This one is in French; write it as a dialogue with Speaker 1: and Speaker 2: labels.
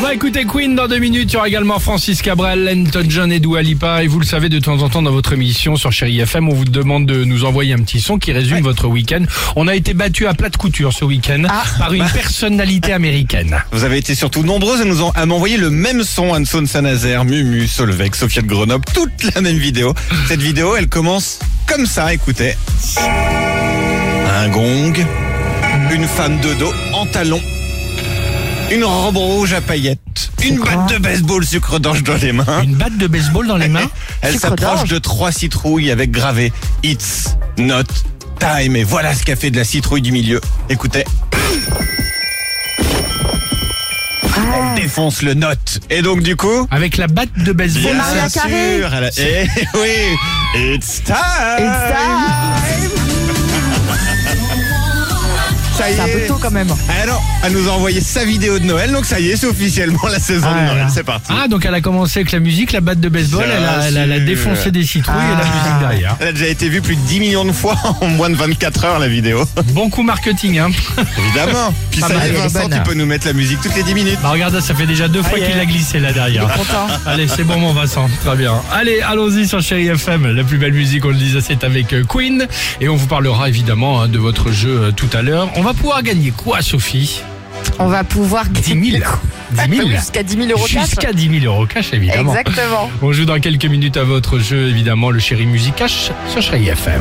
Speaker 1: va écouter Queen dans deux minutes. Il y aura également Francis Cabrel, Lenton John et Dua Lipa. Et vous le savez, de temps en temps, dans votre émission sur Chéri FM, on vous demande de nous envoyer un petit son qui résume votre week-end. On a été battu à plat de couture ce week-end
Speaker 2: Ah.
Speaker 1: par
Speaker 2: Bah.
Speaker 1: une personnalité américaine.
Speaker 2: Vous avez été surtout nombreuses à nous en- à m'envoyer le même son, Anson Saint-Nazaire, Mumu, Solveig, Sophia de Grenoble, toute la même vidéo. Cette vidéo, elle commence comme ça, écoutez. Un gong, une femme de dos en talons, une robe rouge à paillettes, une batte de baseball sucre d'ange dans les mains.
Speaker 1: Une batte de baseball dans les mains.
Speaker 2: Elle
Speaker 3: Sucre
Speaker 2: s'approche
Speaker 3: d'orge.
Speaker 2: de trois citrouilles avec gravé It's not time. Et voilà ce qu'a fait de la citrouille du milieu. Écoutez. Elle défonce le note. Et donc, du coup.
Speaker 1: Avec la batte de baseball.
Speaker 2: Bien
Speaker 3: Maria
Speaker 2: sûr,
Speaker 3: Carré.
Speaker 2: elle a- Eh oui, it's time. Ça y
Speaker 3: C'est un peu
Speaker 2: est.
Speaker 3: tôt quand même.
Speaker 2: Alors, elle nous a envoyé sa vidéo de Noël. Donc, ça y est, c'est officiellement la saison
Speaker 1: Ah,
Speaker 2: de Noël.
Speaker 1: là.
Speaker 2: C'est parti.
Speaker 1: Ah, donc elle a commencé avec la musique, la batte de baseball,
Speaker 2: Bien
Speaker 1: elle a, elle a- elle a
Speaker 2: sûr. Ah.
Speaker 1: défoncé des citrouilles et la musique derrière.
Speaker 2: Elle a déjà été vue plus de 10 millions de fois en moins de 24 heures, la vidéo.
Speaker 1: Bon coup marketing, hein.
Speaker 2: Évidemment. Puis
Speaker 1: Pas
Speaker 2: ça
Speaker 1: mal,
Speaker 2: y est,
Speaker 1: elle est
Speaker 2: Vincent,
Speaker 3: bonne.
Speaker 2: tu peux nous mettre la musique toutes les 10 minutes.
Speaker 1: Bah regarde, là, ça fait déjà deux fois qu'il a glissé là derrière.
Speaker 3: Content.
Speaker 1: Allez, c'est bon mon Vincent, très bien. Allez, allons-y sur Chéri FM. La plus belle musique, on le disait, c'est avec euh, Queen. Et on vous parlera évidemment hein, de votre jeu euh, tout à l'heure. On va pouvoir gagner quoi, Sophie
Speaker 3: On va pouvoir
Speaker 1: 10 000 10 000
Speaker 3: Jusqu'à 10 000 euros cash.
Speaker 1: Jusqu'à 10 000 euros cash, évidemment.
Speaker 3: Exactement.
Speaker 1: On joue dans quelques minutes à votre jeu, évidemment, le Chéri Musique Cash sur Chéri FM.